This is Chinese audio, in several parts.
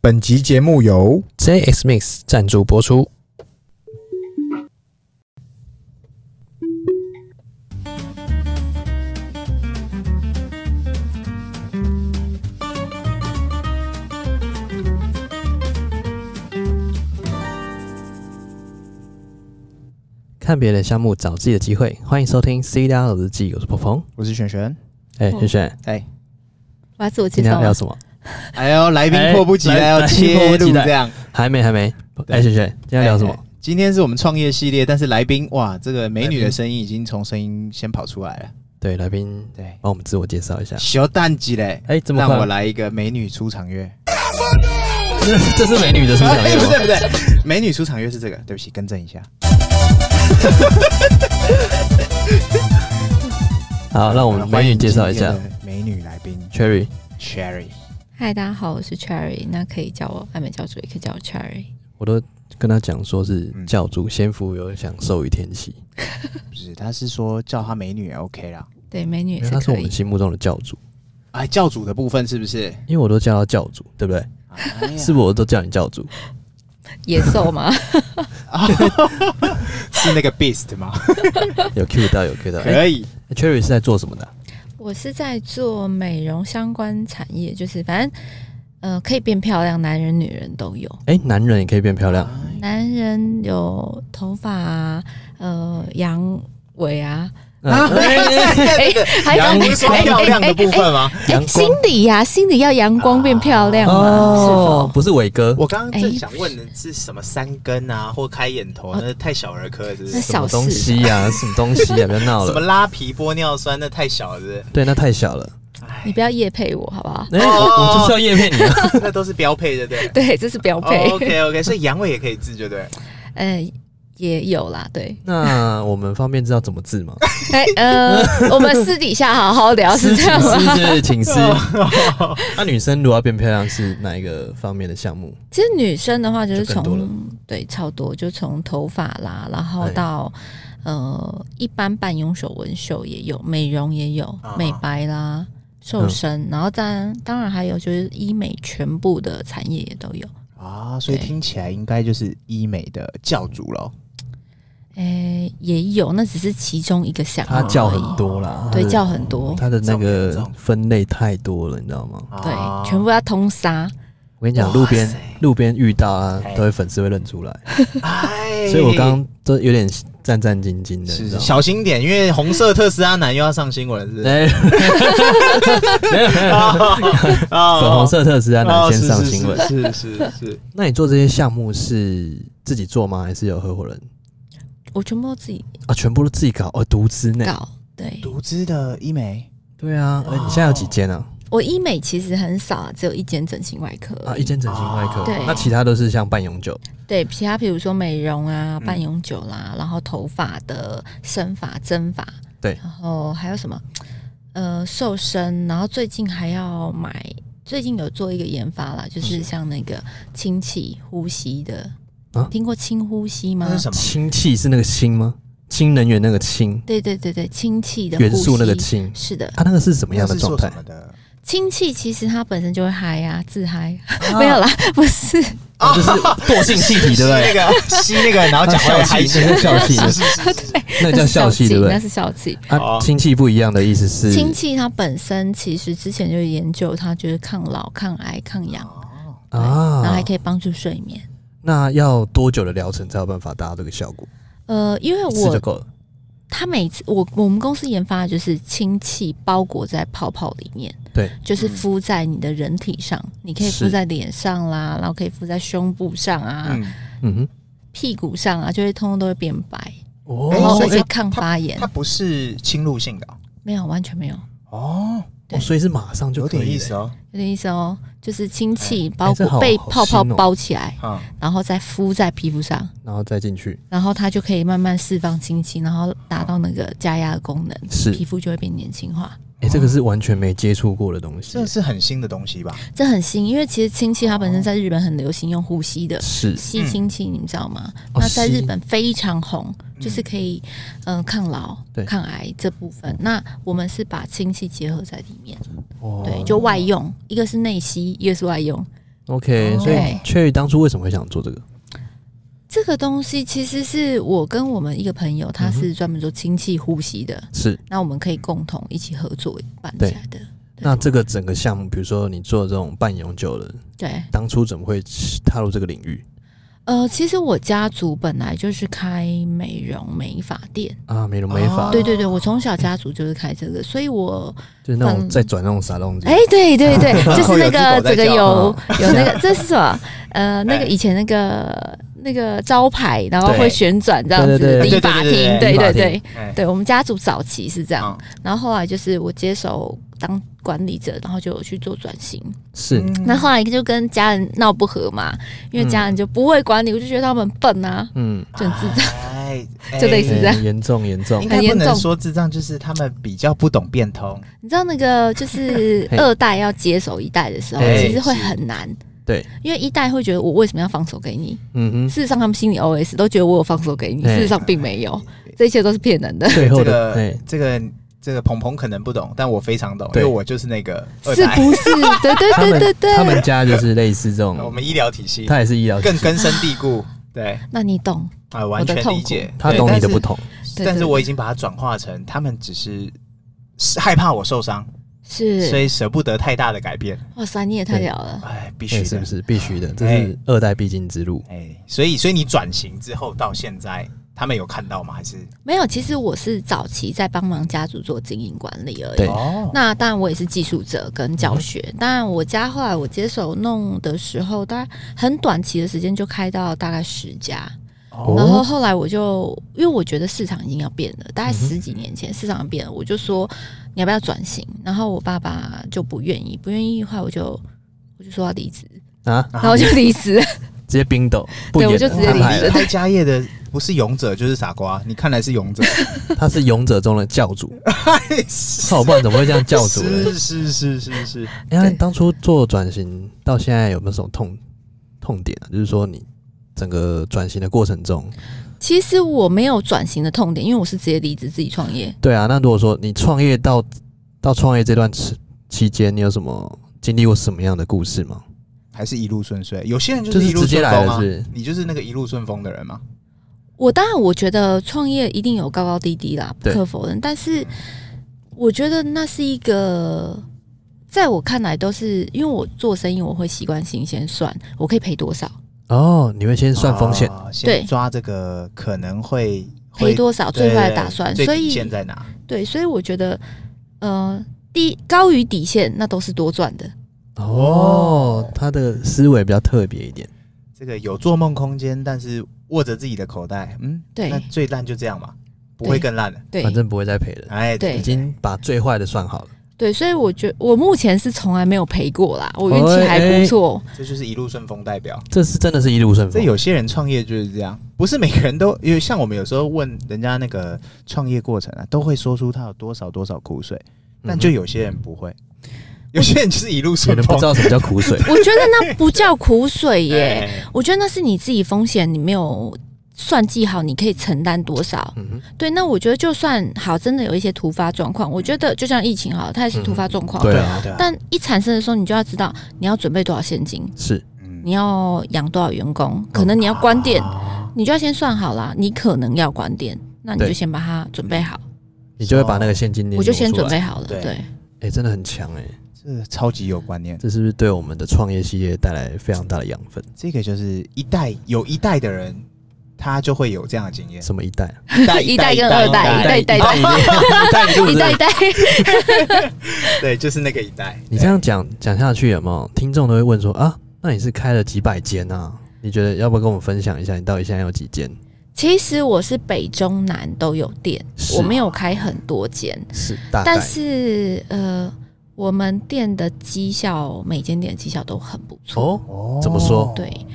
本集节目由 JX Mix 赞助播出。看别人的项目，找自己的机会。欢迎收听《C 大佬日记》，我是破风。我是璇璇。哎、哦轩轩，哎，我要自我介今天绍要聊吗？什么？哎呦，来宾迫不及待哎要来切来宾迫不入及待这样。还没，还没。哦对哎，轩轩，今天要聊什么哎？？哎今天是我们创业系列，但是来宾哇，这个美女的声音已经从声音先跑出来了。对，来宾对，帮我们自我介绍一下。小蛋鸡嘞，哎，这么让快？我来一个美女出场 乐。这是 这是美女的出场 哎乐不对吗？不对，美女出场乐是这个，对不起，更正一下。好，让我们美女介绍一下欢迎今天的美女来宾 Cherry。 Cherry。嗨，大家好，我是 Cherry，那可以叫我爱美教主，也可以叫我 Cherry。我都跟他讲说是嗯教主先浮游，享受于天气。不是，他是说叫她美女也 OK 啦。对，美因女也为是他是我可们以。心目中的教主，哎，教主的部分是不是？因为我都叫他教主，对不对？哎啊呀是不是我都叫你教 主？野兽吗？ 啊是那个 Beast 吗？有 Q 到有 Q 到。哎可以， ，Cherry 是在做什么的啊？我是在做美容相关产业，就是反正呃可以变漂亮，男人女人都有。哎，男人也可以变漂啊亮，男人有头发啊，呃阳痿啊，啊，哎、还有杨不是说漂亮的部分吗？哎、阳光心理呀、心理要阳光变漂亮嘛，哦，不是伟哥，我刚刚正哎想问的是什么三根啊，或开眼头，那太小儿科了，是不哦是？那是什么小东西呀？什么东西啊呀？不要闹什么了，拉皮玻尿酸，那太小了是对，那太小了。不是？是否？你 哎，不要夜配我好不好？哎，我我就是要叶片你啊。那都是标配，对不对？对，这是标配。哦 OK OK，所以阳痿也可以治，对不对？呃，也有啦，对。 那我们方便知道怎么治吗？哎、 呃，我们私底下好好聊，是这样吗？是是，请 吃。那女生如果要变漂亮，是哪一个方面的项目？其实女生的话，就是就更多了从对超多，就从头发啦，然后哎到、呃一般半永久纹绣也有，美容也有，啊美白啦。瘦身，嗯然后当然当然还有就是医美全部的产业也都有。啊，所以对听起来应该就是医美的教主喽。诶、哎也有，那只是其中一个项目它而已。叫很多啦，哦对，它的哦叫很多，它的那个分类太多了，你知道吗？对啊，全部要通杀。我跟你讲，哇路边塞路边遇到啊哎，都会粉丝会认出来，哎所以我刚刚都有点战战兢兢的，你是知是道吗？小心点，因为红色特斯拉男又要上新闻了，是不是？ 哎，没有没有啊粉红色特斯拉男先上新闻。哦是是是是。那你做这些项目是自己做吗？还是有合伙人我全部都自己啊？全部都自己搞哦，独资呢？搞。对，独资的医美对啊，哎，你现在有几间啊？我医美其实很少啊，只有一间整形外科而已。啊，一间整形外科哦，对那其他都是像半永久。对，其他比如说美容啊、嗯半永久啦，然后头发的生发、蒸发，对然后还有什么？呃，瘦身，然后最近还要买，最近有做一个研发啦，嗯就是像那个氢气呼吸的，啊听过氢呼吸吗那？是什么？氢气是那个氢吗？氢能源那个氢，对对对对，氢气的元呼素那个吸氢，啊是的，它那个是什什么样的状态？的氢气其实它本身就会嗨呀、自嗨， 没有啦，不是，啊，就是惰性气体，对不那对？个吸那个，然后讲话笑还气，那个笑气，是是是是那个叫笑气，对不 那对？是笑气。哦啊，氢气不一样的意思是，氢气它本身其实之前就有研究，它就是抗老、抗癌、抗氧，对然后啊还，可以帮助睡眠。那要多久的疗程才有办法达到这个效果？呃，因为一次就我够了。它每次我我们公司研发的就是氢气包裹在泡泡里面，对，就是嗯敷在你的人体上，你可以是敷在脸上啦，然后可以敷在胸部上啊、嗯，嗯哼，屁股上啊，就会通通都会变白，然后哦而所以且抗发炎它，不是侵入性的没有完全没有。哦，哦，所以是马上就有可以点意思了哦。有点意思哦，就是氢气包哎这好裹被好泡泡新哦包起来，啊，然后再敷在皮肤上，然后再进去然后它就可以慢慢释放氢气，然后达到那个加压的功能，是，皮肤就会变年轻化。哎，这个是完全没接触过的东西哦这，是很新的东西吧？这很新，因为其实氢气它本身在日本很流行用呼吸的。是吸氢气，你知道吗？哦那在吸日本非常红，就是可以，嗯、抗老对、抗癌这部分。那我们是把氢气结合在里面，哦对，就外用，一个是内吸，一个是外用。 OK，哦所以对雀当初为什么会想做这个？这个东西其实是我跟我们一个朋友，他嗯哼是专门做氢气呼吸的，是那我们可以共同一起合作办起来的。那这个整个项目，比如说你做这种半永久的，对，当初怎么会踏入这个领域呃，其实我家族本来就是开美容美发店，啊？美容美哦发，对对对，我从小家族就是开这个，所以我就是那种嗯在转那种沙龙机哎、，对对对，就是那然后有只狗个在这个叫有有那个这是什么？呃，那个以前那个那个招牌，然后对会旋转这样对子，对对理发厅，对对对对对对理发对哎，对，我们家族早期是这样，嗯然后后来就是我接手当管理者，然后就有去做转型。是嗯那嗯后来就跟家人闹不和嘛，因为家人就不会管理，我就觉得他们笨啊，嗯，就很智障。哎，就类似哎这样哎严重严重 应，该很不严能重说智障，就是他们比较不懂变通。你知道那个就是 嘿二代要接手一代的时候，嘿其实会很难，对，因为一代会觉得我为什么要放手给你？嗯哼，事实上，他们心里 OS 都觉得我有放手给你，嘿事实上并 没有，这一切都是骗人的。最后这的个哎，这个这个鹏鹏可能不懂，但我非常懂，因对为我就是那个二是代，不是？对对他对对们他们对，家就是类似这我种，们医疗体系他也是医疗系，哦更根深蒂固。对，那你懂？啊，完全我的痛苦理解。他对懂你但的是不同，但对对是对我已经把它转化成，他们只是是害怕我受伤，所是，以舍不得太大的改变。哇塞，你也太了了。哎，必须哎的，是不是必须的？这哎是二代必经之路，哎，所以所以你转型之后到现在，他们有看到吗？还是没有，其实我是早期在帮忙家族做经营管理而已对。嗯哦，那当然，我也是技术者跟教学。当然，我家后来我接手弄的时候，大概很短期的时间就开到大概十家。哦然后后来我就因为我觉得市场已经要变了，嗯大概十几年前、市场要变了，我就说你要不要转型？然后我爸爸就不愿意，不愿意的话我就我就说要离职，啊，啊然后我就离职。直接冰斗，不对演我了，就直接摊离牌 职了开家业的不是勇者就是傻瓜，你看来是 勇者，他是勇者中的教主，靠，不然怎么会这样教主呢？是是是是是，哎、那对当初做转型到现在有没有什么痛痛点啊？就是说你整个转型的过程中， 其实我没有转型的痛点，因为我是直接离职自己创业。对啊，那如果说你创业到到创业这段期期间，你有什么经历过什么样的故事吗？还是一路顺遂。有些人就就是是一路直接顺来风了啊，是你就是那个一路顺风的人吗？我当然我觉得创业一定有高高低低啦，不对可否认。但是我觉得那是一个，在我看来都是因为我做生意，我会习惯性先算我可以赔多少，哦，你会先算风险，啊对先抓这个可能会赔多少哦最坏的打算。所现以在哪？对，所以我觉得，呃，低高于底线那都是多赚的。哦，他的思维比较特别一点，这个有做梦空间，但是握着自己的口袋，嗯，对那最烂就这样嘛，不会更烂了。对反正不会再赔了，哎，对已经把最坏的算好了。对，所以我觉我目前是从来没有赔过啦，我运气哎还哎不错。这就是一路顺风代表。这是真的是一路顺这风，有些人创业就是这样，不是每个人都，因为像我们有时候问人家那个创业过程啊，都会说出他有多少多少苦水，嗯但就有些人不会，有些人就是一路有顺人不风知。 道什么叫苦水我觉得那不叫苦水耶。哎我觉得那是你自己风险，你没有算计好，你可以承担多少。嗯对，那我觉得就算好，真的有一些突发状况，我觉得就像疫情好了，它也是突发状况。对对啊啊，对啊，但一产生的时候，你就要知道你要准备多少现金，是嗯你要养多少员工，哦可能你要关店，啊你就要先算好啦，你可能要关店，那你对就先把它准备好。你就会把那个现金流我就挪先出来准备好了，对对，哎、真的很强哎、这超级有观念，这是不是对我们的创业系列带来非常大的养分？这个就是一代有一代的人，他就会有这样的经验。什么一代啊？一代跟二代一代一代一代一代一代一代 对，就是那个一代。你这样讲讲下去有没有？听众都会问说啊，那你是开了几百间啊？你觉得要不要跟我们分享一下？你到底现在有几间？其实我是北中南都有店，是我没有开很多间，是大概但是呃，我们店的绩效，每间店的绩效都很不错。哦，哦怎么说对，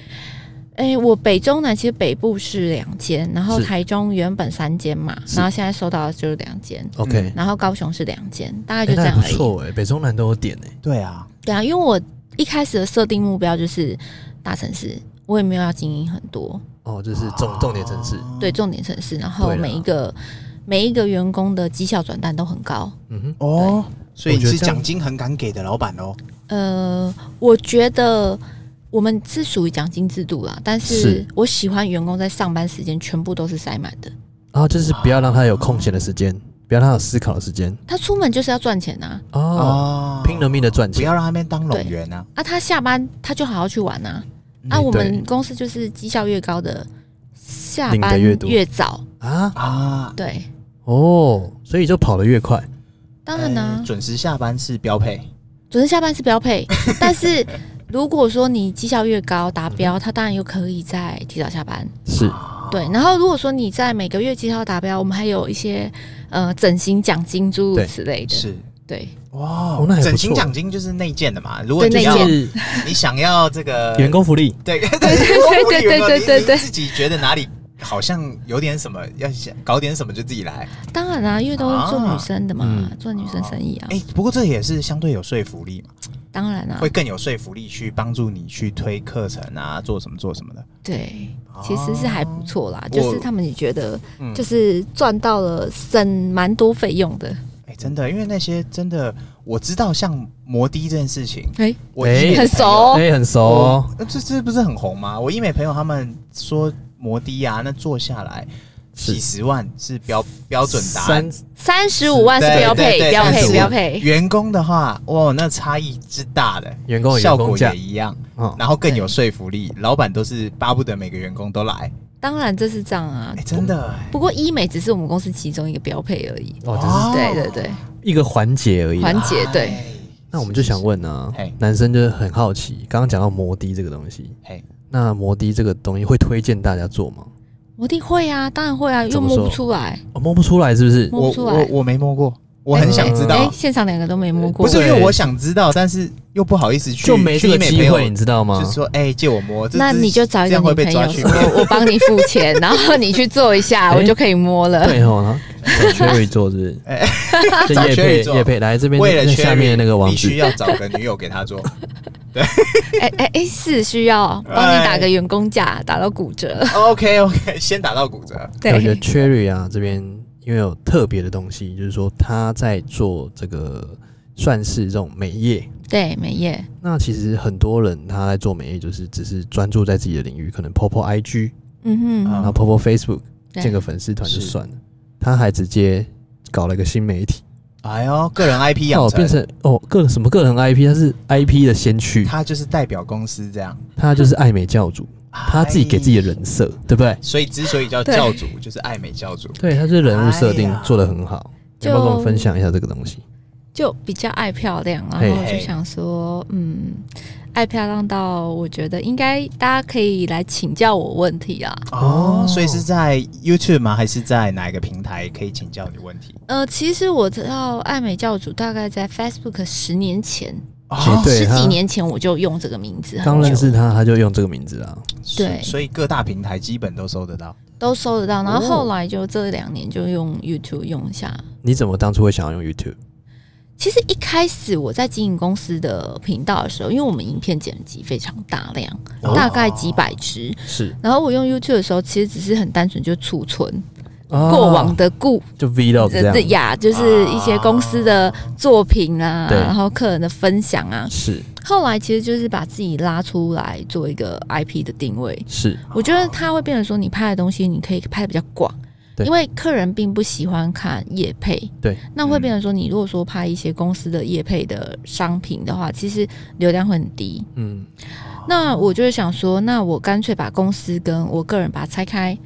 哎、我北中南其实北部是两间，然后是台中原本三间嘛，是然后现在收到的就是两间， OK，嗯然后高雄是两间，大概哎就这那还样不而已。错哎、北中南都有点哎、对啊，对啊，因为我一开始的设定目标就是大城市，我也没有要经营很多，哦，就是重重点城市，对，重点城市，然后嗯对啦每一个每一个员工的绩效转蛋都很高。嗯哼，哦，所以我你觉得是这样奖金很敢给的老板哦。呃，我觉得我们是属于奖金制度啦，但是是我喜欢员工在上班时间全部都是塞满的。然后哦就是不要让他有空闲的时间，不要让他有思考的时间他出门就是要赚钱啊，哦，哦拼了命的赚不钱要让他们当拢员啊！啊，他下班他就好好去玩啊。嗯啊，我对们公司就是绩效越高的，下领得班越多越早。啊啊，对，哦，所以就跑得越快，当然啊啦、哎呃准时下班是标配。准时下班是标配， 但是如果说你绩效越高达标，他当然又可以再提早下班。是哦对，然后如果说你在每个月绩效达标，我们还有一些呃整形奖金诸如对此类的。是对，哇哦那还不错整形奖金就是内建的嘛。如果对你内要建是你想要这个员工福利，对 对 对对对对对对自己觉得哪里好像有点什么，要想搞点什么就自己来。当然啊啦、因为都是做女生的嘛，啊嗯做女生生意啊，哎、不过这也是相对有说服力嘛，当然啦、啊会更有说服力去帮助你去推课程啊，做什么做什么的。对，其实是还不错啦，我就是他们也觉得哦嗯就是赚到了省蛮多费用的，哎、真的，因为那些真的我知道，像摩的这件事 情，哎、我医美哎朋友很熟哦哎，很熟哦，呃这这不是很红吗？我医美朋友他们说摩的啊，那做下来是几十万是标标准答案三。三十五万是对标对配，对标配， 35标配，员工的话，哇，那差异之大的，员工有效员工果价也，一样，哦然后更有说服力。老板都是巴不得每个员工都来，当然这是这样啊哎、。真的、不过医美只是我们公司其中一个标配而已，哦，只对对对，是一个环节而已啦。环节哎对。那我们就想，问啊嘿，男生就是很好奇，刚刚讲到摩的这个东西，嘿，那摩的这个东西会推荐大家做吗？我一定会啊，当然会啊，又怎么摸说不出来，哦，摸不出来是不是？摸我不出来我我没摸过，我很想知道，哎，现场两个都没摸过，不是因对为我想知道，但是又不好意思去，就没这去医个美机朋会，友你知道吗就？是说，哎、借我摸，这那这你就找一这样个女会朋被抓友去说， 我帮你付 钱，然后你去做一下，我就可以摸了。对哦，然后找 Cherry 做是不是？ 哎这找叶 Cherry 做佩叶佩来这边，为了那下 Cherry，面那个网必须址，要找个女友给他 做，哎哎哎，是需要帮你哎打个员工价，打到骨折。 OK OK，先打到骨折。我觉得对， Cherry 啊这边因为有特别的东西，就是说他在做这个算是这种美业。对，美业，那其实很多人他在做美业，就是只是专注在自己的领域，可能 POPO IG，嗯啊然哼，后 POPO Facebook 对建个粉丝团就是算了，他还直接搞了一个新媒体，哎呦，个人 IP 养哦，成变，成哦个什么个人 IP，他是 IP 的先驱，他就是代表公司这样，他就是爱美教主，他自己给自己的哎。人设，对不对？所以之所以叫对教主，就是爱美教主。对，他这人物设定哎呀做得很好，就要不要跟我们分享一下这个东西？就比较爱漂亮，然嘿后就想说，嗯，爱漂亮到我觉得应该大家可以来请教我问题啊。哦哦，所以是在 YouTube 吗？还是在哪一个平台可以请教你问题？呃，其实我知道爱美教主大概在 Facebook 十年前，哦对十他几年前我就用这个名字，刚很认久识他，他就用这个名字啊。对所以各大平台基本都搜得到。都搜得到。然后哦后来就这两年就用 YouTube 用一下。你怎么当初会想要用 YouTube？其实一开始我在经营公司的频道的时候，因为我们影片剪辑非常大量，哦大概几百支。是然后我用 YouTube 的时候，其实只是很单纯就储存过过往的故啊就 Vlog 哦这的样，啊呀，就是一些公司的作品啊，对然后客人的分享啊。是后来其实就是把自己拉出来做一个 IP 的定位。是我觉得它会变成说，你拍的东西你可以拍的比较广，对因为客人并不喜欢看业配，对，那会变成说，你如果说拍一些公司的业配的商品的话，其实流量会很低。嗯那我就会想说，那我干脆把公司跟我个人把它拆开，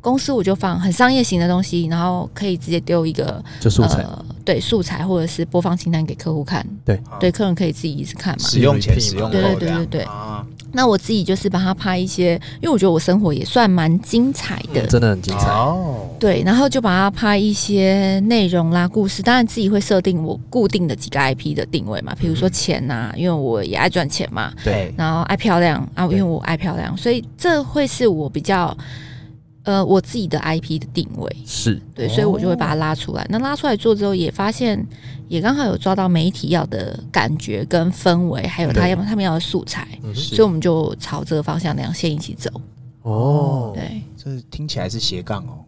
公司我就放很商业型的东西，然后可以直接丢一个就素材呃，对素材或者是播放清单给客户看，对对，客人可以自己一直看嘛。使用前、使用后对这对样。对对对啊，那我自己就是帮他拍一些，因为我觉得我生活也算蛮精彩的，嗯真的很精彩。哦，对，然后就把它拍一些内容啦、故事。当然自己会设定我固定的几个 IP 的定位嘛，比如嗯说钱呐、因为我也爱赚钱嘛，对，然后爱漂亮啊，因对为我爱漂亮，所以这会是我比较呃我自己的 IP 的定位。是对，所以我就会把它拉出来。那拉出来做之后，也发现也刚好有抓到媒体要的感觉跟氛围，还有他对要他们要的素材，嗯是所以我们就朝这个方向两线一起走。哦，对，这听起来是斜杠哦，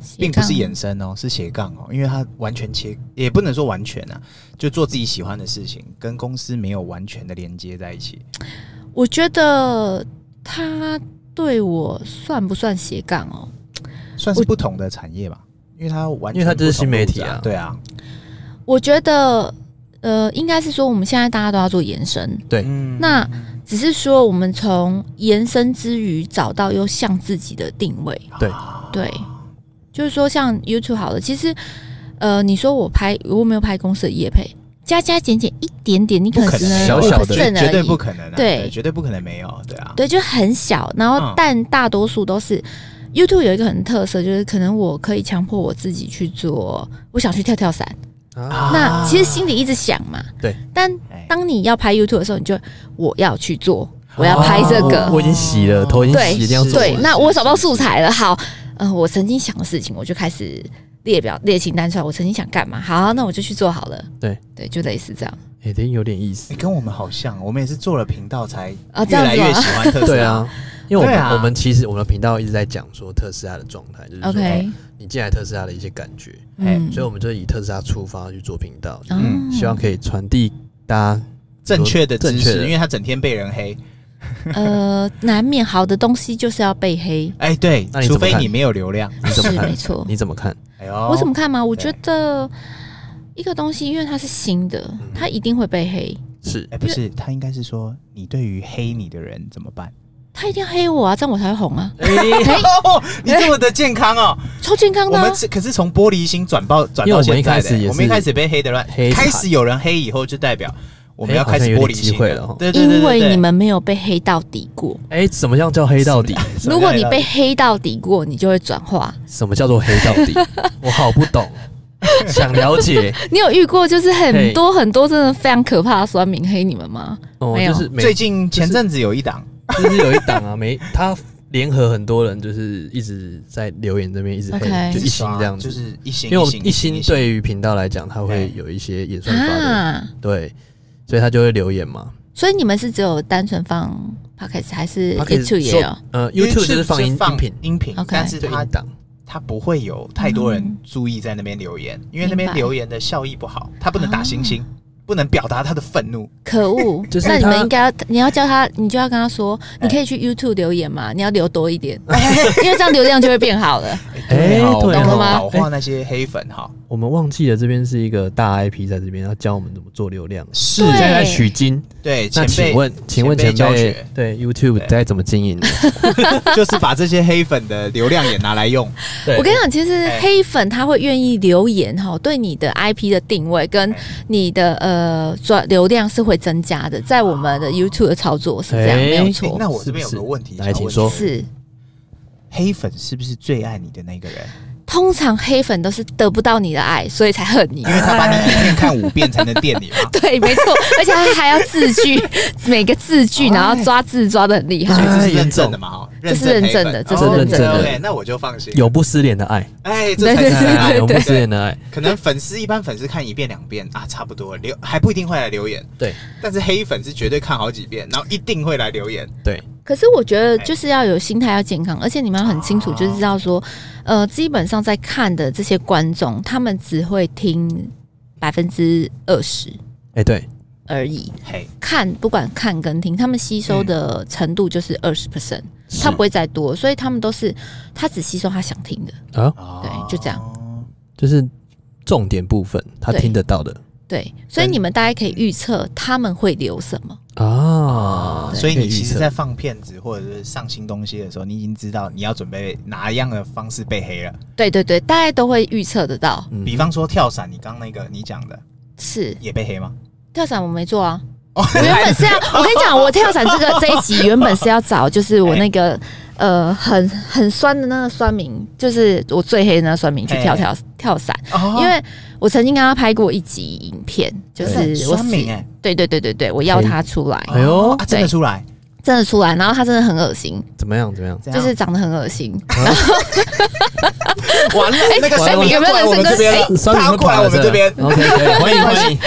斜并不是杠衍生哦，是斜杠哦，因为它完全切，也不能说完全啊，就做自己喜欢的事情，跟公司没有完全的连接在一起。我觉得他对我算不算斜杠哦？算是不同的产业吧，因为它完全因为它就是不同新媒路子体啊对啊，我觉得，呃，应该是说我们现在大家都要做延伸，对嗯那只是说我们从延伸之余找到又像自己的定位。对对，就是说像 YouTube 好了，其实，呃，你说我拍，我没有拍公司的业配，加加减减一点点，你可不能可只能能小小的绝5%而已绝对不可能啊，对对，绝对不可能没有，对啊，对，就很小，然后嗯但大多数都是。YouTube 有一个很特色，就是可能我可以强迫我自己去做，我想去跳跳伞。啊，那其实心里一直想嘛，对。但哎当你要拍 YouTube 的时候，你就我要去做，我要拍这个。哦我已经洗了，头已经对洗，一定要做对，完那我找到素材了，好，呃，我曾经想的事情，我就开始列表列清单出来，我曾经想干嘛，好，那我就去做好了。对对，就类似这样一定哎有点意思你。哎跟我们好像，我们也是做了频道才啊，越这来样子越吗喜欢特斯拉。 对，啊，因为我们、对啊我们其实我们的频道一直在讲说特斯拉的状态，就是说？OK，你进来特斯拉的一些感觉，哎嗯，所以我们就以特斯拉出发去做频道，就是嗯哦希望可以传递大家正确的知正确识，的因为他整天被人黑。呃，难免好的东西就是要被黑，哎，对那，你怎除么看非你没有流量。你怎么是没看？错。你怎么看？哎呦，我怎么看嘛？我觉对得一个东西，因为它是新的，嗯它一定会被黑，是哎，不是，他应该是说你对于黑你的人怎么办？它一定要黑我啊，这样我才会红啊，哎哦你这么的健康哦，超健康我的、啊们。是可是从玻璃心转到转因为到我们现在一开始的，也是我们一开始被黑的乱黑，惨开始有人黑以后，就代表我们哎要开始好像有玻点璃机心会了哦对对对因对为对，你们没有被黑到底过， 哎，什么叫叫黑到底？什么如果样你的被黑到底过，你就会转化。什么叫做黑到 底？我好不懂，想了解。你有遇过就是嘿很多很多真的非常可怕的酸民黑你们吗？哦，没有就是每最近前阵子有一档，就是有一档啊，每他联合很多人，就是一直在留言这边一直黑 OK 就一星这样就子。是一星，因为我们一星对对于频道来讲，它哎会有一些演算法啊的，对，所以他就会留言嘛。所以你们是只有单纯放 podcast 还是 Podcast YouTube 也有？呃，YouTube 就是放音音频，音频， OK 但是对它音档，它不会有太多人注意在那边留言，因为那边嗯明白嗯留言的效益不好，他不能打星星，不能表达他的愤怒。可恶！就是那你们他应该要，你要叫他，你就要跟他说，你可以去 YouTube 留言嘛，你要留多一点，因为这样流量就会变好了。哎好，对懂哦吗？老哎啊化那些黑粉哈，我们忘记了这边是一个大 IP 在这边要教我们怎么做流量，是对现在在取经。对那前请辈问，请问前前辈教辈 学对 YouTube 对该怎么经营呢？就是把这些黑粉的流量也拿来用，对我跟你讲，其实哎黑粉他会愿意留言哈，对你的 IP 的定位跟哎你的呃转流量是会增加的，在我们的 YouTube 的操作是这样，哎没有哎错。那我这边有是不个是问题，来想请问说你是，黑粉是不是最爱你的那个人？通常黑粉都是得不到你的爱，所以才恨你。。因为他把你影片看五遍才能电你嘛对，没错，而且他还要字句，每个字句，然后抓字抓的很厉所以害。这哎是认严重证的嘛？哦，这是黑粉认证的这是哦认证的 OK，那我就放心。有不失联的爱，哎，这才 对是真爱。有对不失联的爱，可能粉丝一般粉丝看一遍两遍啊，差不多留还不一定会来留言，对但是黑粉是绝对看好几遍，然后一定会来留言。对，可是我觉得就是要有心态要健康，而且你们要很清楚，就是知道说，呃，基本上在看的这些观众，他们只会听百分之二十哎对，而已。嘿，看不管看跟听，他们吸收的程度就是二十 percent，是他不会再多，所以他们都是他只吸收他想听的。啊，哦对就这样。就是重点部分他对听得到的对，所以但你们大概可以预测他们会留什么。啊，哦所以可你其预实，测在放片子或者是上新东西的时候，你已经知道你要准备哪样的方式被黑了。对对对，大概都会预测得到。嗯比方说跳伞，你刚那个你讲的是也被黑吗？跳伞我没 做啊，哦我原本是要，我跟你讲，我跳伞这个这一集原本是要找，就是我那 个呃很很酸的那个酸民，就是我最黑的那个酸民去跳跳跳伞，哦因为我曾经跟他拍过一集影片，就是我酸死敏哎，对对对对对，我要他出来，哎呦哦啊真的出来，真的出来，然后他真的很恶心，怎么样怎么样？这就样是长得很恶心， 完了，那个酸敏要有没过有来我们人这生边了，酸他要民会过来跑我们这边， OK，欢迎欢迎，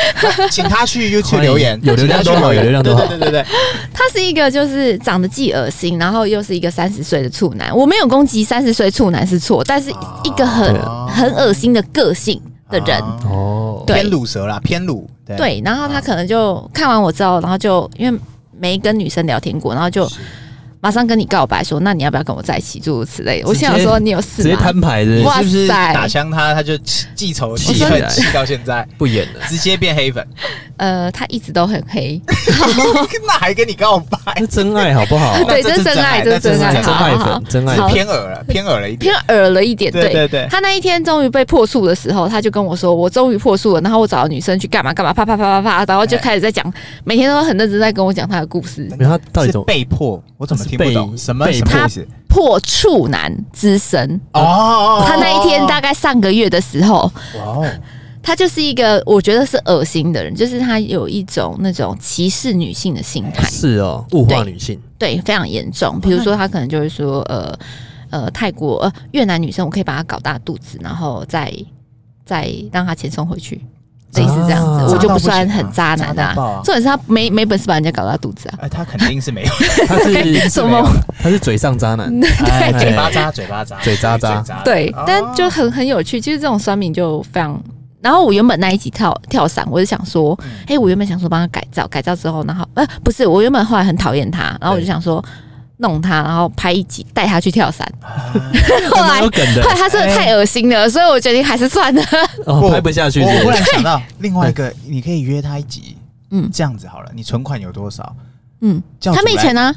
请他去 YouTube 留言，有流量请他去多好有流量多好对对对对，他是一个就是长得既恶心，然后又是一个三十岁的处男。我没有攻击三十岁处男是错，但是一个很、哦很恶心的个性的人。啊哦，对偏乳蛇啦，偏乳，对对，然后他可能就看完我之后，然后就因为没跟女生聊天过，然后就马上跟你告白说，那你要不要跟我在一起，诸如此类的。我直接心想说，你有直事接吗？摊牌的你哇是不是塞打枪他，他就记仇记记起恨来记到现在，不演了，直接变黑粉，呃，他一直都很黑，那还跟你告白，这哦真爱好不好？那 对，这这是是真真爱爱，这是那真这爱，是真好爱好好粉，，真爱是好偏耳了，偏耳了一偏点。耳了一点，对对对，他那一天终于被破处的时候，他就跟我说：“我终于破处了。”然后我找了女生去干嘛干嘛，啪啪啪啪啪，然后就开始在讲，每天都很认真在跟我讲他的故事。没有他到底是怎么被迫，我怎么是听不被懂什么被什么迫意思？破处男之神，哦哦，哦他那一天大概上个月的时候，哇哦，他就是一个我觉得是恶心的人，就是他有一种那种歧视女性的心态，是哦？物化女性，对，非常严重。比如说，他可能就会说，呃呃，泰国呃越南女生，我可以把她搞大肚子，然后再再让她钱送回去。类似这样子，哦啊我就不算很渣男的、渣到爆啊重点是他没没本事把人家搞大肚子啊，哎，他肯定是没有，他是 什么？他是嘴上 渣男，哎对嘴巴渣，嘴巴渣，嘴渣渣嘴渣对，哦但就很很有趣。就是这种酸民就非常。然后我原本那一集跳跳伞，我就想说，嗯哎、我原本想说帮他改造，改造之后，然后呃不是，我原本后来很讨厌他，然后我就想说弄他，然后拍一集带他去跳伞。啊 后蛮来有梗的后来他真的太恶心了，所以我决定还是算了。哎哦，拍不下去我是我不忽是，然想到另外一个，你可以约他一集，嗯这样子好了，你存款有多少？嗯，叫他主没来钱啊，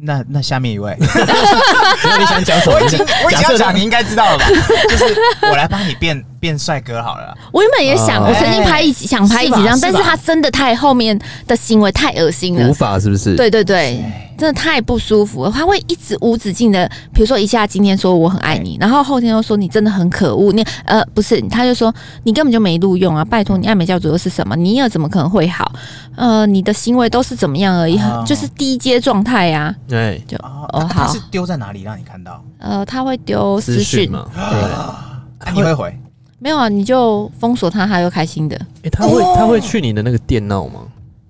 那那下面一位，那你想讲什么？我已经 我已经假要设讲，你应该知道 了吧？就是我来帮你变变帅哥好了。我原本也想，啊我曾经拍一集，想拍一集这样，是吧但是他真的太后面的行为太恶心了无。法是不是？对对对，真的太不舒服了。他会一直无止境的，比如说一下今天说我很爱你，然后后天又说你真的很可恶，你呃不是，他就说你根本就没录用啊！拜托你爱美教主又是什么？你又怎么可能会好？呃，你的行为都是怎么样而已，哦就是低阶状态啊。对，就哦哦他好是，丢在哪里让你看到？呃，他会丢私资讯讯，嘛，对。啊你会回？没有啊，你就封锁他，他又开心的。哎，他会他会去你的那个店闹吗？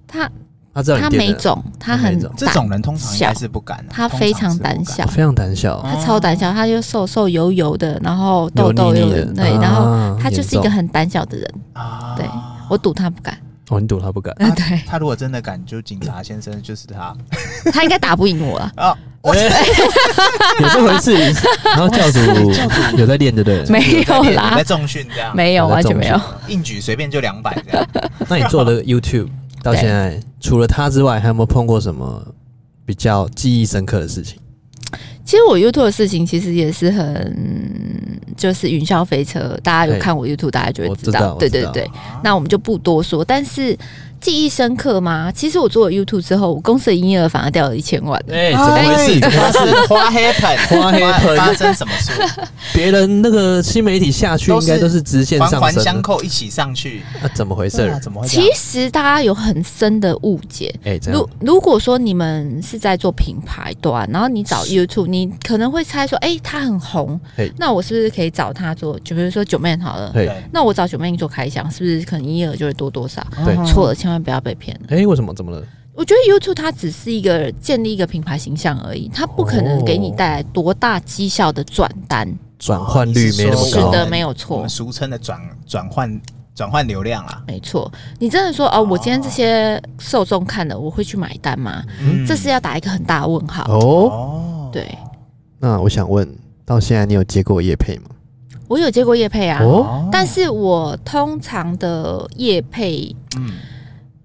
他他知道他你没店的，种，他他没很种这胆种人通常应该小是不敢的，啊他通非常常是不胆敢小我，哦非常胆小，他超胆哦小，他就瘦瘦油油的，然后痘痘油又腻腻的对，然啊后他就是一严个重很胆小的人。啊对我赌他不敢，哦，你赌他不敢。啊 对他如果真的敢，就警察先生就是 他，他应该打不赢我啊啊！ 我哎有这回事，然后教主有在练，对不对？没有在练你啦在，重训这样，没有，我在完全中没学有。硬举随便就两百这 样。那你做了 YouTube 到现在，除了他之外，还有没有碰过什么比较记忆深刻的事情？其实我 YouTube 的事情其实也是很，就是云霄飞车，大家有对看我 YouTube，大家就我会知知道啊道。我对知对道对，那我们就不多说。但是记忆深刻吗？其实我做了 YouTube 之后，我公司的营业额反而掉了一千万。哎，怎么回事？哎发生花黑盆，花黑盆发生什么 事？别人那个新媒体下去，应该都是直线环上环升相的，扣，一起上去。那怎么回对事啊？？怎么会这其样？实大家有很深的误解，哎，这样如如果说你们是在做品牌端，然后你找 YouTube，你可能会猜说，哎、他很红嘿，那我是不是可以找他做？就比如说九妹好了，对对那我找九妹做开箱，是不是可能营业额就会多多少？对嗯错了，千万不要被骗了。哎，为什么？怎么了？我觉得 YouTube 它只是一个建立一个品牌形象而已，它不可能给你带来多大绩效的转单。转换率没哦那么你说是高，的，没有我错们。俗称的转转换转换流量啊啦。没错，你真的说哦，我今天这些受众看了，我会去买单吗？嗯这是要打一个很大的问号。哦。哦，对，那我想问，到现在你有接过叶配吗？我有接过叶配啊，哦，哦但是我通常的业配，嗯，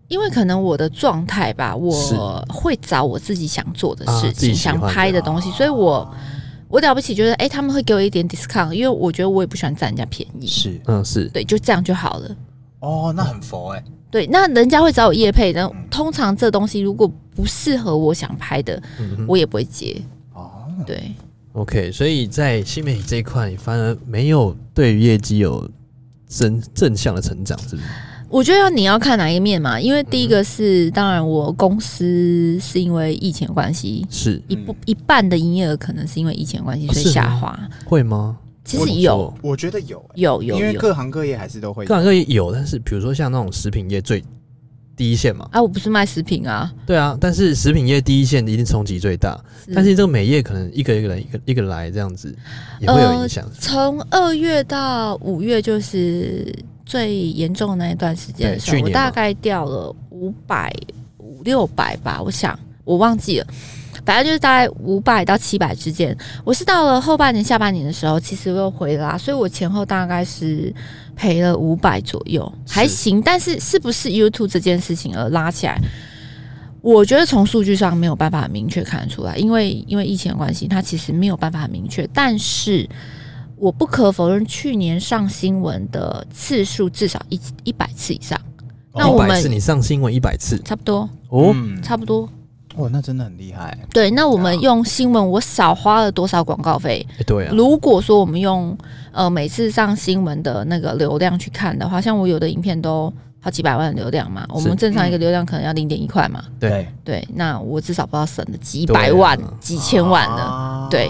因为可能我的状态吧，是我会找我自己想做的事啊自己情、喜欢想的哦拍的东西，所以我我了不起就是，哎、他们会给我一点 discount，因为我觉得我也不喜欢占人家便宜，是嗯，是对，就这样就好了。哦，那很佛哎，对，那人家会找我业配，那嗯通常这东西如果不适合我想拍的，嗯哼我也不会接。哦，对， OK，所以在新媒体这一块，你反而没有对于业绩有正正向的成长，是不是？我觉得要你要看哪一面嘛，因为第一个是，当然我公司是因为疫情的关系，是一部一半的营业额可能是因为疫情的关系，嗯哦所以是吗下滑。会吗？其实有我觉得有欸，有有因为有各行各业还是都会各行各业有，但是比如说像那种食品业最第一线嘛，啊，我不是卖食品啊，对啊，但是食品业第一线一定冲击最大，嗯但是这个美业可能一个一个来，一个一个来这样子，也会有影响。从二月到五月就是最严重的那一段时间的时对去候，年我嘛大概掉了五百五六百吧，我想我忘记了，反正就是大概五百到七百之间。我是到了后半年、下半年的时候，其实我又回啦，所以我前后大概是赔了五百左右，是还行。但是是不是 YouTube 这件事情而拉起来？我觉得从数据上没有办法很明确看得出来，因为因为疫情的关系，它其实没有办法很明确。但是我不可否认，去年上新闻的次数至少一一百次以上，那哦一我百们次你上新闻一百次差不多，哦，嗯差不多。哇，哦那真的很厉害。对，那我们用新闻，我少花了多少广告费？哎嗯对啊，如果说我们用呃每次上新闻的那个流量去看的话，像我有的影片都好几百万的流量嘛，我们正常嗯一个流量可能要零点一块嘛，对，对，那我至少不知道省了几对啊啊百万、几千万了。了对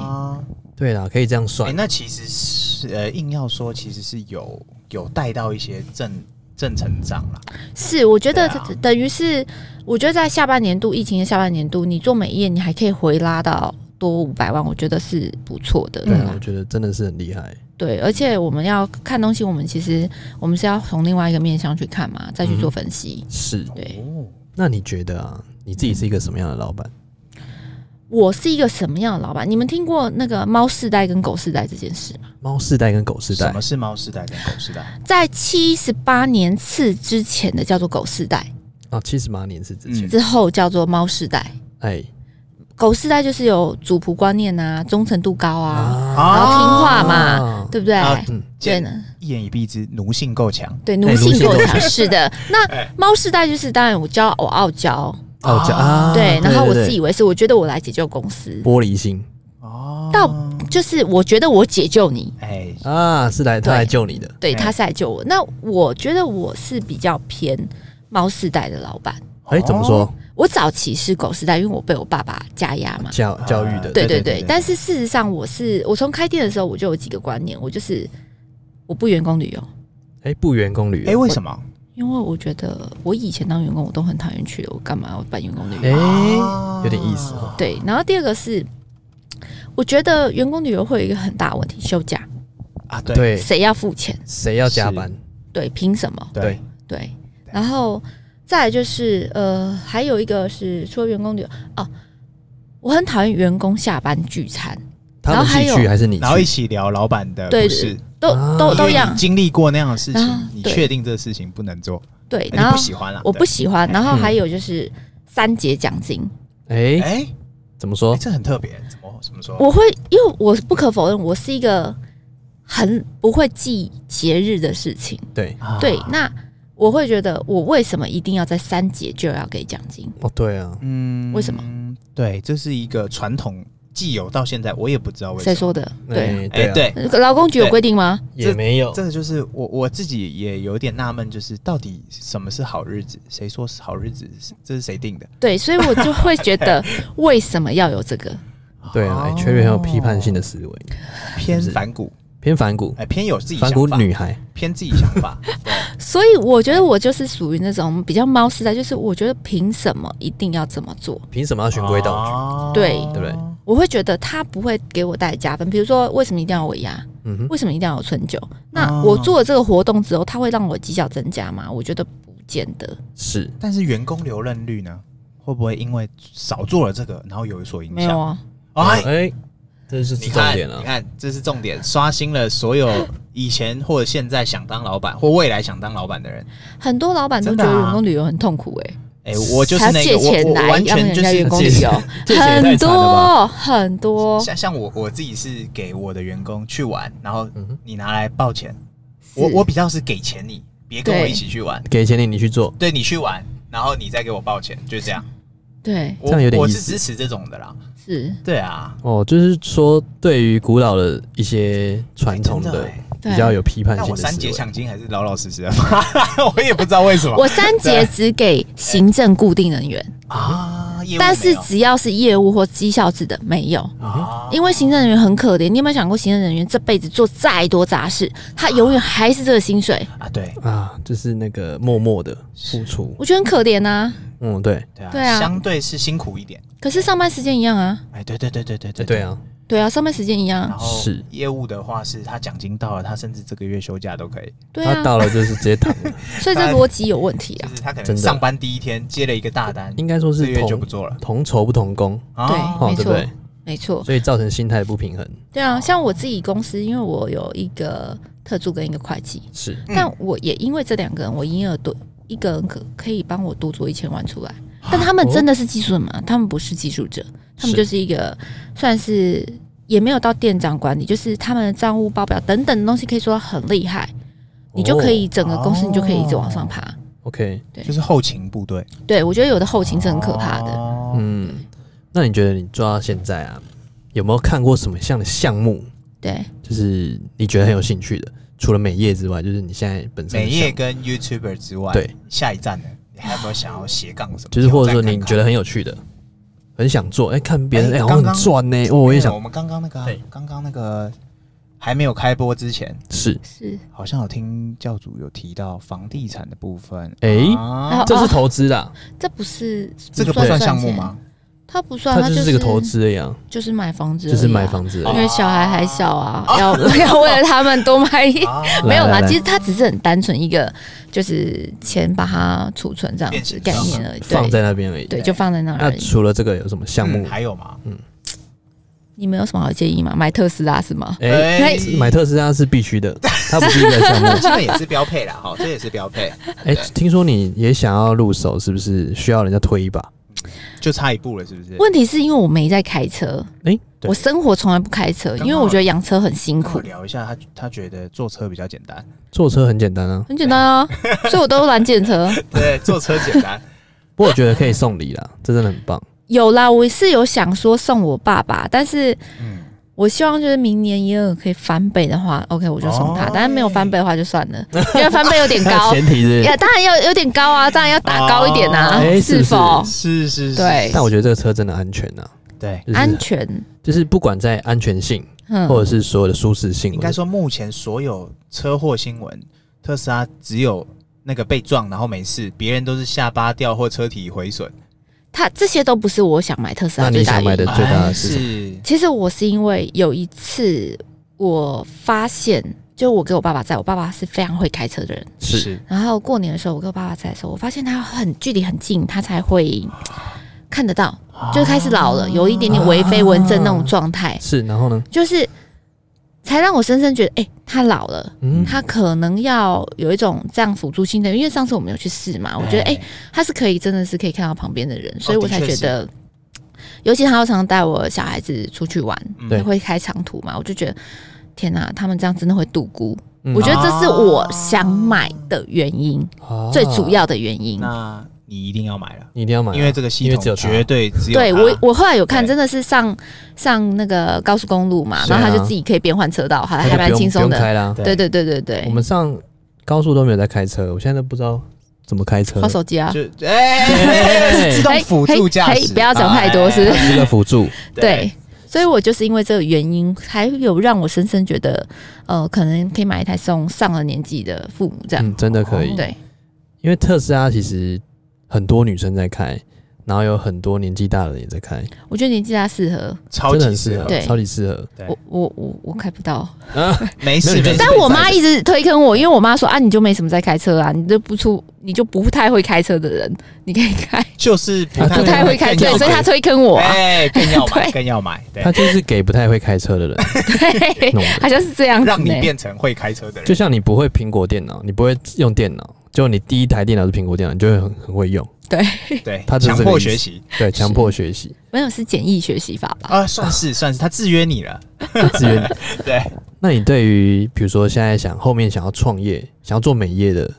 对啦，可以这样算哎，。啊那其实是呃，硬要说其实是有有带到一些正正成长啦。是，我觉得对啊等等于是，我觉得在下半年度疫情的下半年度，你做美业你还可以回拉到多五百万，我觉得是不错的对啦。啊，我觉得真的是很厉害。对，而且我们要看东西，我们其实我们是要从另外一个面向去看嘛，再嗯去做分析。是，对哦，那你觉得啊，你自己是一个什么样的老板？我是一个什么样的老板？你们听过那个猫世代跟狗世代这件事吗？猫世代跟狗世什代么，是猫时代跟狗时代？在七十八年次之前的叫做狗世代，啊，七十八年是之前嗯，之后叫做猫世代。哎狗世代就是有主仆观念啊，忠诚度高啊，啊，然后听话嘛，啊对不对？啊嗯，对简呢。一言以蔽之，奴性够强。对，哎奴奴性性够够强，是 的。那哎猫世代就是，当然我骄傲，我傲娇，傲娇啊，对，然后我自对以为是，我觉得我来解救公司，玻璃心哦，到就是我觉得我解救你，哎，啊，是来他对来救你的，对，哎他是来救我。那我觉得我是比较偏猫世代的老板，哦哎，怎么说？我早期是狗世代，因为我被我爸爸加压嘛。教啊教育的，对对啊对对对对，但是事实上我是我从开店的时候我就有几个观念，我就是我不员工旅游，哎，不员工旅哎，游，为什么？因为我觉得我以前当员工我都很讨厌去了，我干嘛要办员工旅游？哎啊，有点意思哦。对，然后第二个是，我觉得员工旅游会有一个很大的问题，休假啊，对对，谁要付钱？谁要加班？对，凭什么？对对，然后再来就是呃，还有一个是除了员工旅游哦，我很讨厌员工下班聚餐，他们自己然后还去有还是你然后一去？起聊老板的对故事，都、啊都因都为一样你，经历过那样的事啊情，你对确定这个事情不能做，对，哎然你不后喜欢了？我不喜欢，然后嗯还有就是三节奖金，对哎，哎，怎么说哎？这很特别，怎么怎么说？哦我会因为我不可否认，我是一个很不会记节日的事情。对，啊对，那我会觉得我为什么一定要在三节就要给奖金？哦，对啊，嗯为什么？对，这是一个传统，既有到现在，我也不知道为什谁么。说的？对，哎哎，啊，对，劳工局有规定吗？也没有这个就是我我自己也有点纳闷，就是到底什么是好日子？谁说是好日子？这是谁定的？对，所以我就会 觉得为什么要有这个？对啊，哎，哦确实很有批判性的思维，偏是反骨，偏反骨，哎，偏有自己想反骨法，女孩，偏自己想法。对所以我觉得我就是属于那种比较猫时代，就是我觉得凭什么一定要这么做？凭什么要 循规蹈矩？矩对对不对？我会觉得他不会给我带加分。比如说，为什么一定要尾牙？嗯哼，为什么一定要有春酒？那哦我做了这个活动之后，他会让我绩效增加吗？我觉得不见得，是但是员工留任率呢？会不会因为少做了这个，然后有所影没有响？啊。哎，哎，这是你是重看，点啊你。看，这是重点，刷新了所有以前或者现在想当老板或未来想当老板的人。很多老板都真觉的啊得员工旅游很痛苦、欸，哎、我就是那还个要借钱我我来完全就让人家员工是旅游这也太惨很了吧多很多。像像我我自己是给我的员工去玩，然后嗯哼你拿来报钱。我是我比较是给钱你，别跟我对一起去玩，给钱你你去做，对你去玩，然后你再给我报钱，就这样。对，我这样有点我意是思支持这种的啦。是，对啊，哦，就是说对于古老的一些传统真的哎对比较有批判但性我的三思节维，奖金还是老老实实的发， 我也不知道为什么我三节只给行政固定人员，啊。业务但没是有只要是业务或绩效制的没有，啊，因为行政人员很可怜。你有没有想过，行政人员这辈子做再多杂事，他永远还是这个薪水，啊，对啊，就是那个默默的付出，我觉得很可怜呐。嗯，对，对啊，对啊相对是辛苦一点。可是上班时间一样啊，哎，对对对对对对对对，啊，对啊，上班时间一样然。后是业务的话，是他奖金到了，他甚至这个月休假都可以，对他啊，到了就是直接躺 了，所以这逻辑有问题就啊。是他可能真的上班第一天接了一个大单，应该说这是月就不同做了。同酬不同工，哦哦，对没不错对？没错，所以造成心态不平衡，对啊，像我自己公司，因为我有一个特助跟一个会计，是嗯但我也因为这两个人，我营业额多一个人可可以帮我多做一千万出来，啊但他们真的是技术人吗？哦他们不是技术者，他们是就是一个算是也没有到店长管理，就是他们的账务报表等等的东西可以说很厉害，你就可以整个公司你就可以一直往上爬。哦哦 OK，对就是后勤部队，对我觉得有的后勤是很可怕的。哦嗯，那你觉得你做到现在啊，有没有看过什么样的项目，对，就是你觉得很有兴趣的？除了美业之外，就是你现在本身的美业项目跟 YouTuber 之外，对，下一站呢？你还有没有想要斜杠什么？就是或者说挑你战看看觉得很有趣的，很想做，哎、看别人哎哎、好刚像刚很赚呢、哦我也没有想我们刚刚那个啊对，刚刚那个还没有开播之前，是，是好像有听教主有提到房地产的部分。哎啊哦这是投资啦，这不是这个不算项目？吗？他不算，它他就是是这个投，资一样，啊就是买房子、就是买。房子而啊因已。为小孩还小 啊，要 要为了他们多买一啊，没有来啦，来其实它只是很单纯一个，就是钱把它储存这样子概变形念而已，放对在那边而已。对，就放在那儿那而已。除了这个有什么项目嗯？还有吗？你们有什么好建议吗？买特斯拉是嗯吗？哎、哎买特斯拉是必须的，它不是一个项目。 这个也是标配啦，好，这也是标配，哎、听说你也想要入手，是不是需要人家推一把？就差一步了，是不是？问题是因为我没在开车，哎对我生活从来不开车，刚好因为我觉得养车很辛跟我苦，聊一下，他他觉得坐车比较简单，坐车很简单啊，很简单啊，所以我都拦 检车。对，坐车简单。不过我觉得可以送礼啦，这真的很棒。有啦，我是有想说送我爸爸，但是嗯，我希望就是明年也有可以翻倍的话，OK，我就送他哦。但是没有翻倍的话 就算了，因为翻倍有点高，前提是，呀，当然要有点高啊，当然要打高一点啊，哦哎是是不是否？是是是，对但我觉得这个车真的安全呐、对，就是、安全，就是不管在安全性嗯，或者是所有的舒适性，应该说目前所有车祸新闻，特斯拉只有那个被撞然后没事，别人都是下巴掉或车体毁损。它这些都不是我想买特斯那拉你最大想买的原因。最大哎的是什么是其实我是因为有一次我发现，就我给我爸爸载，我爸爸是非常会开车的人。是然后过年的时候，我跟我爸爸载的时候，我发现他很距离很近，他才会看得到，就开始老了，有一点点为啊非文症那种状态，是，然后呢？就是才让我深深觉得，哎、他老了。嗯，他可能要有一种这样辅助性的，因为上次我们有去试嘛，我觉得哎、他是可以真的是可以看到旁边的哦人，所以我才觉得，尤其他要常常带我小孩子出去玩，嗯对他会开长途嘛，我就觉得天哪、他们这样真的会度孤，嗯我觉得这是我想买的原因，啊最主要的原因。那你一定要买了，你一定要买啊，因为这个系因为只有统它绝对只有对它我，我后来有看，对真的是上上那个高速公路嘛，是啊然后他就自己可以变换车道，还那就还蛮不用轻松不用的。开啦。对对对对对对，我们上高速都没有在开车，我现在都不知道怎么开车划，手机啊，就哎，自动辅助驾嘿嘿驶，哎嘿不要讲太多是不它是一个辅 助。对，，所以我就是因为这个原因，还有让我深深觉得，呃，可能可以买一台送上了年纪的父母这样。嗯，真的可以。啊对，因为特斯拉其实很多女生在开，然后有很多年纪大的人也在开，我觉得年纪大适合，超真的很级适适合，合，对超级适合。对我我我我开不到，啊，没事没有没事。但我妈一直推坑我，因为我妈说啊，你就没什么在开车啊，你就不出，你就不太会开车的人，你可以开，就是不啊不太会开，对，所以她推坑我啊，哎，更要买 对更要买，对他，就是给不太会开车的人 对弄，的，好像是这样子让你呢。变成会开车的就人。像你不会苹果电脑，你不会用电脑，就你第一台电脑是苹果电脑，你就会很很会用，对，他就是强这个迫意思学习对，强迫学 习，没有是简易学习法吧？啊，算是算是，他制约你了。自愿。对，那你对于比如说现在想后面想要创业、想要做美业的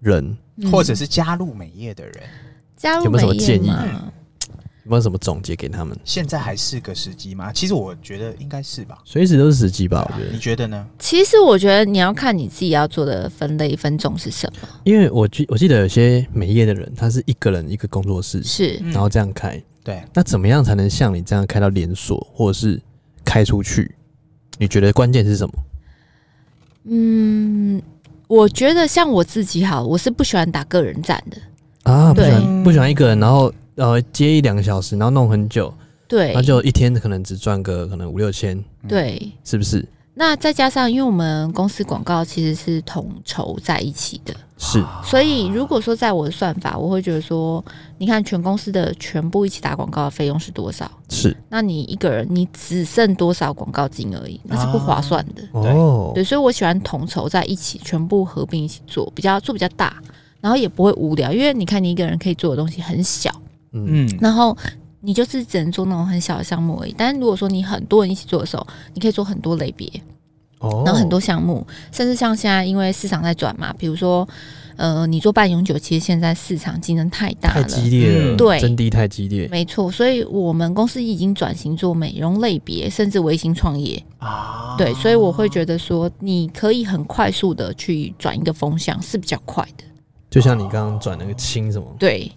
人，嗯哦或者是加入美业的人，加入有没有什么美业建议嘛有没有什么总结给他们？现在还是个时机吗？其实我觉得应该是吧。随时都是时机吧，我觉你得，觉得呢？其实我觉得你要看你自己要做的分类分种是什么，因为我记我记得有些美业的人，他是一个人一个工作室，是嗯然后这样开，对，那怎么样才能像你这样开到连锁，或者是开出去？你觉得关键是什么？嗯，我觉得像我自己好，我是不喜欢打个人战的。啊，不喜对嗯欢不喜欢一个人，然后呃接一两个小时，然后弄很久，对那就一天可能只赚个可能五六千，对。是不是？那再加上，因为我们公司广告其实是统筹在一起的，是，所以如果说在我的算法，我会觉得说，你看全公司的全部一起打广告的费用是多少？是那你一个人你只剩多少广告金而已，那是不划算的。哦，对，所以我喜欢统筹在一起，全部合并一起做，比较做比较大，然后也不会无聊，因为你看你一个人可以做的东西很小，嗯，嗯，然后你就是只能做那种很小的项目而已。但是如果说你很多人一起做的时候，你可以做很多类别，哦，然后很多项目，甚至像现在因为市场在转嘛，比如说，呃，你做半永久，其实现在市场竞争太大太了。激烈了，嗯对真的太激烈，没错，所以我们公司已经转型做美容类别，甚至微型创业。啊，对，所以我会觉得说，你可以很快速的去转一个风向是比较快的。就像你刚刚转那个轻什么，对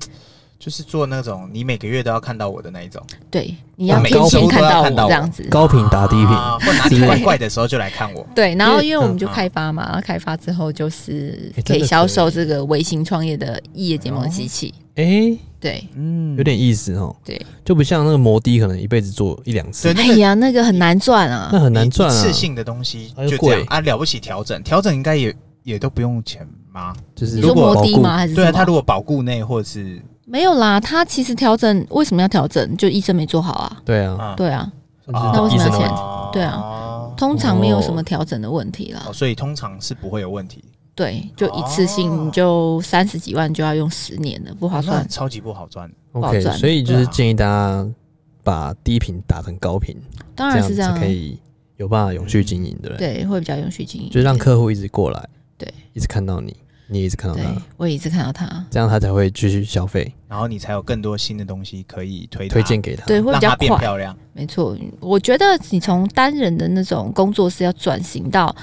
就是做那种你每个月都要看到我的那一种，对，你要每天周天都看要到我看到哦这我样子。高频打低频，啊，或哪里对怪怪的时候就来看我。对，然后因为因为我们就嗯开发嘛，然后开发之后就是诶可真以的销可以售这个微型创业的异业结盟哦机器。哎，对，嗯有点意思哦，对，就不像那个摩的，可能一辈子做一两次对，哎那个呀，那个很难赚啊那。很难赚一啊次，性的东西哎呦就这贵样啊，了不起调整，调整应该也也都不用钱吗？就是你说如果摩保的固吗？？还是对啊，什么他如果保固内或者是没有啦，他其实调整为什么要调整？就医生没做好啊。对啊，啊，对啊，那啊那为医什生么的要问钱题，对啊啊通常没有什么调整的问题啦。哦，所以通常是不会有问题，对，就一次性哦你就三十几万就要用十年了，不划啊那算。超级不好赚的。保 OK，赚所以就对是啊建议大家把低频打成高频，当这然样是子这样啊可，以有办法永续经营，对不对？对，会比较永续经营。就是让客户一直过来，对，一直看到你，你也一直看到对他，，我也一直看到他，这样他才会继续消费，然后你才有更多新的东西可以推它推荐，给他。对，会比让较它变快。漂亮。没错，我觉得你从单人的那种工作室要转型到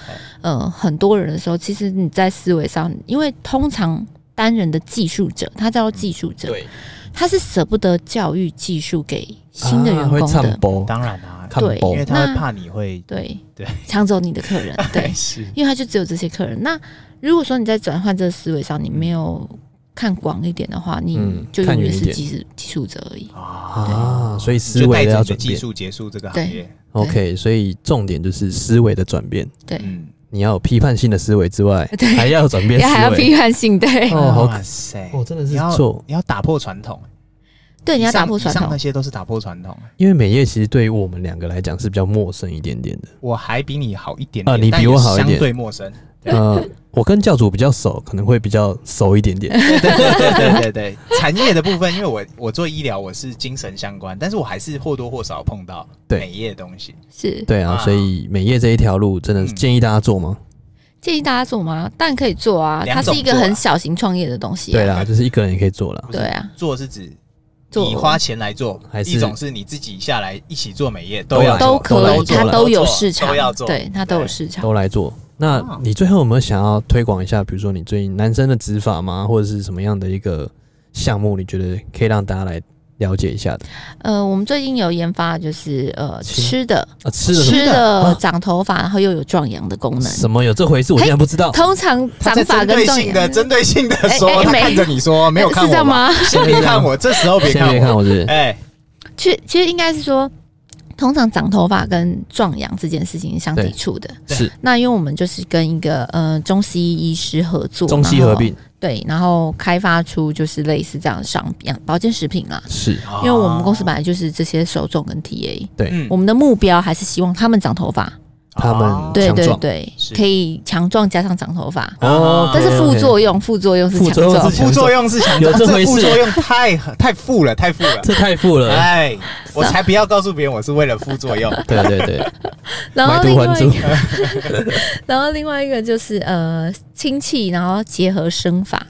呃很多人的时候，其实你在思维上，因为通常单人的技术者，他叫做技术者，对，他是舍不得教育技术给新的员啊会工的，唱播，当然啊，看对播因为他会那怕你会对对，，抢走你的客人，对是因为他就只有这些客人。那如果说你在转换这个思维上，你没有看广一点的话，你嗯就看永远远一是点技术技术者而已。啊，啊，所以思就带维的着要你的转技变。术结束这个对行业。 OK，所以重点就是思维的转变，对，嗯，你要有批判性的思维之外， 对还要转变也还要思维。批判性，嗯对，哦，好可哇塞，哦，真的你是要做，你要打破传统，欸对，你要打以上破传以上统那。些都是打破传统。欸因为美业其实对于我们两个来讲是比较陌生一点点的。我还比你好一点啊点，你但比也我好一点相对陌生。 呃，我跟教主比较熟，可能会比较熟一点点。 对对对对对对，产业的部分，因为我我做医疗，我是精神相关，但是我还是或多或少碰到对美业的东西。是对啊，啊所以美业这一条路真的是嗯建议大家做吗？建议大家做吗？但可以做啊，两它是一个种做啊很小型创业的东西、对啊。啦，就是一个人也可以做啦。不是对啊，做是指做你花钱来做，还是一种是你自己下来一起做美业，都要来做做都可以，做它了都做有了市都场要，做对，它都有对市场。都来做。那哦你最后有没有想要推广一下，比如说你最近男生的指法吗，或者是什么样的一个项目，你觉得可以让大家来了解一下的？呃，我们最近有研发，就是呃亲吃的，啊，吃的什么吃啊的长头发，然后又有壮阳的功能。什么有这回事？我嘿竟然不知道。通常他长在发针跟对壮性阳的针对性的说，哎哎哎他没看着你说没有看是这我样吧，吗？先别看我，这时候别先看别看我，我是哎，其实其实应该是说，通常长头发跟壮阳这件事情是相对抵触的。是那因为我们就是跟一个呃中西医医师合作，中西然后合，并对，然后开发出就是类似这样的商品、啊保健食品啦。是因因为我们哦公司嗯本来就是这些手肿跟 TA，对我们的目标还是希望他们长头发，他哦们对强对壮对是，可以强壮加上长头发，哦，啊但是 OK，OK 副作用副作用是副强作用壮是，副作用是强有壮，这回事副作用太太富了，太富了。这太富了。哎，啊我才不要告诉别人我是为了副作用。对对对， 然买椟后另还外一珠个，然后另外一个就是呃亲戚，然后结合生法，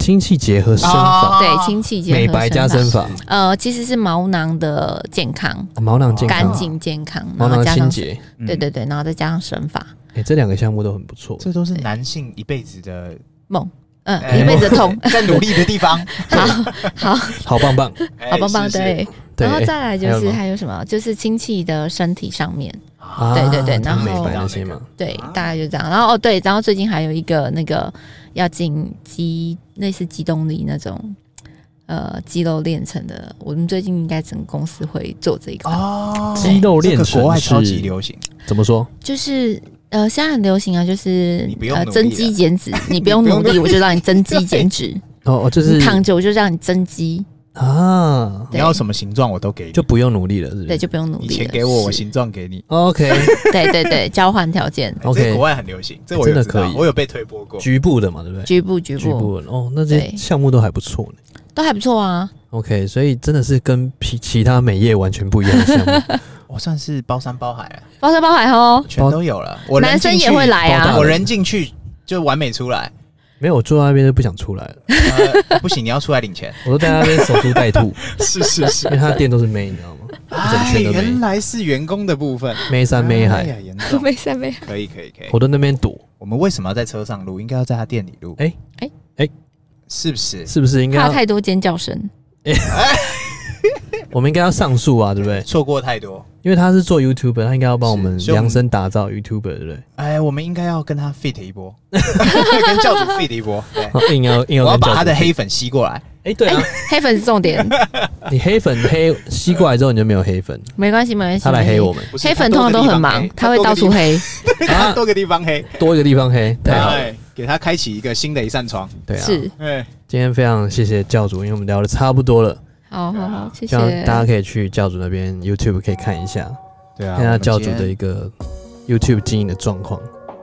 亲戚结合生法，啊对哦亲戚结合美白加生生法，呃其实是毛囊的健康、毛囊健干康，净健康，毛然囊后加清上洁，嗯对对对，然后再加上生法哎，这两个项目都很不错。这都是男性一辈子的梦，嗯，哎一辈子 的痛， 在努力的地方，好好好棒棒，哎 好棒棒，是对。对哎然后再来就还有是吗还有什么？就是亲戚的身体上面，啊对对对然美后白那些嘛，对啊，大概就这样。然后哦对，然后最近还有一个那个要进机，类似机动力那种，呃肌肉练成的。我们最近应该整个公司会做这一块，哦肌肉练这个国外成超是级流行，怎么说？就是呃现在很流行啊，就是你不用呃努力增了肌减脂，你不用你不用努力，努力我就让你增肌减脂，哦哦，就是你躺着我就让你增肌，啊，你对要什么形状我都给你，就不用努力了，是不是？对，就不用努你力钱了。给我，我是形状给你。 哎 OK， 对对对，交换条件，这 OK 哎个国外很流行，这我有真的知道可以我有被推播过。局部的嘛，对不对？局部局局部部的哦，那这些对项目都还不错呢。都还不错啊。 OK，所以真的是跟其其他美业完全不一样的 项目，我算是包山包海了，包山包海哦，全都有了。我人男生进去也会，来包大啊人。我人进去就完美出来。没有我坐在那边就不想出来了，呃不行，你要出来领钱。我都在那边守株待 兔， 是是是 因为他的店都是妹，你知道吗？啊一整哎，圈都原妹，来是员工的部分，妹山妹哎海，呀， 严重。没事没事，可以可以可以。我都那边躲，我们为什么要在车上录？应该要在他店里录。哎哎哎，是不是？是不是应该怕要？太多尖叫声。我们应该要上诉啊，对不对？错过太多。因为他是做 YouTuber，他应该要帮我们是所以我们量身打造 YouTuber，对不对？哎，我们应该要跟他 fit 一 波，跟教主 fit 一波。对，啊 硬要硬要我要跟教把他主的黑粉吸过来。哎，对啊，黑粉是重 点，你黑粉黑吸过来之后你就没有黑粉，没关系没关系。他来黑我们，不是黑粉通常都很忙，他会到处，黑。 他多个地方黑，多一个地方黑，太好了，哎，给他开启一个新的一扇窗。对啊。是，哎，今天非常谢谢教主，因为我们聊的差不多了，好对好啊好，谢希望谢。大家可以去教主那边 YouTube 可以看一下，对啊看一下教主的一个 YouTube 经营的状况。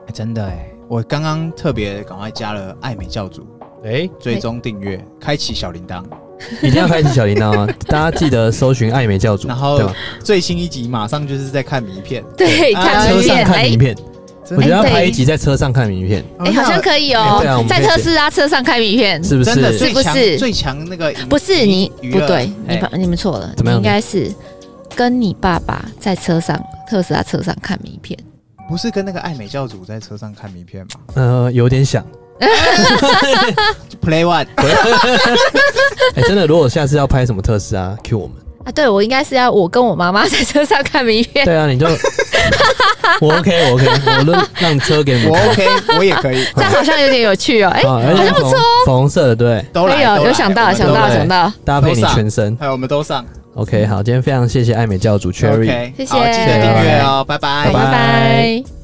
哎真的哎，我刚刚特别赶快加了爱美教主，哎，追踪订阅，开启小铃铛，一定要开启小铃铛啊！大家记得搜寻爱美教主，然后对吧？啊最新一集马上就是在看名片，对啊看车影上片，看哎影片，真我的觉得要哎对拍一集在车上看影片，哎，好像可以哎哦对啊我，们在可以特剪斯拉车上看影片。是不真的是？最强是不是最强那个影不是你娱不乐对，哎你把你们错了，怎么样你应该是跟你爸爸在车上特斯拉车上看名片，不是跟那个爱美教主在车上看名片吗呃，有点想。 就？Play One，哎，真的，如果下次要拍什么特斯拉，Q 我们。啊，对我应该是要我跟我妈妈在车上看名 片， 对啊，你就我 OK，我 OK，我都让车给你我们 OK，我也可以，这样好像有点有趣哦，哎，看。啊，而且好像是粉粉红色的，对，都哎来呦都来有想到我们想都到来对想到，搭配你都上全身。哎，我们都上 OK，好，今天非非常谢谢爱美教主 Cherry。 OK，谢谢好记得订阅哦，拜拜拜拜。拜。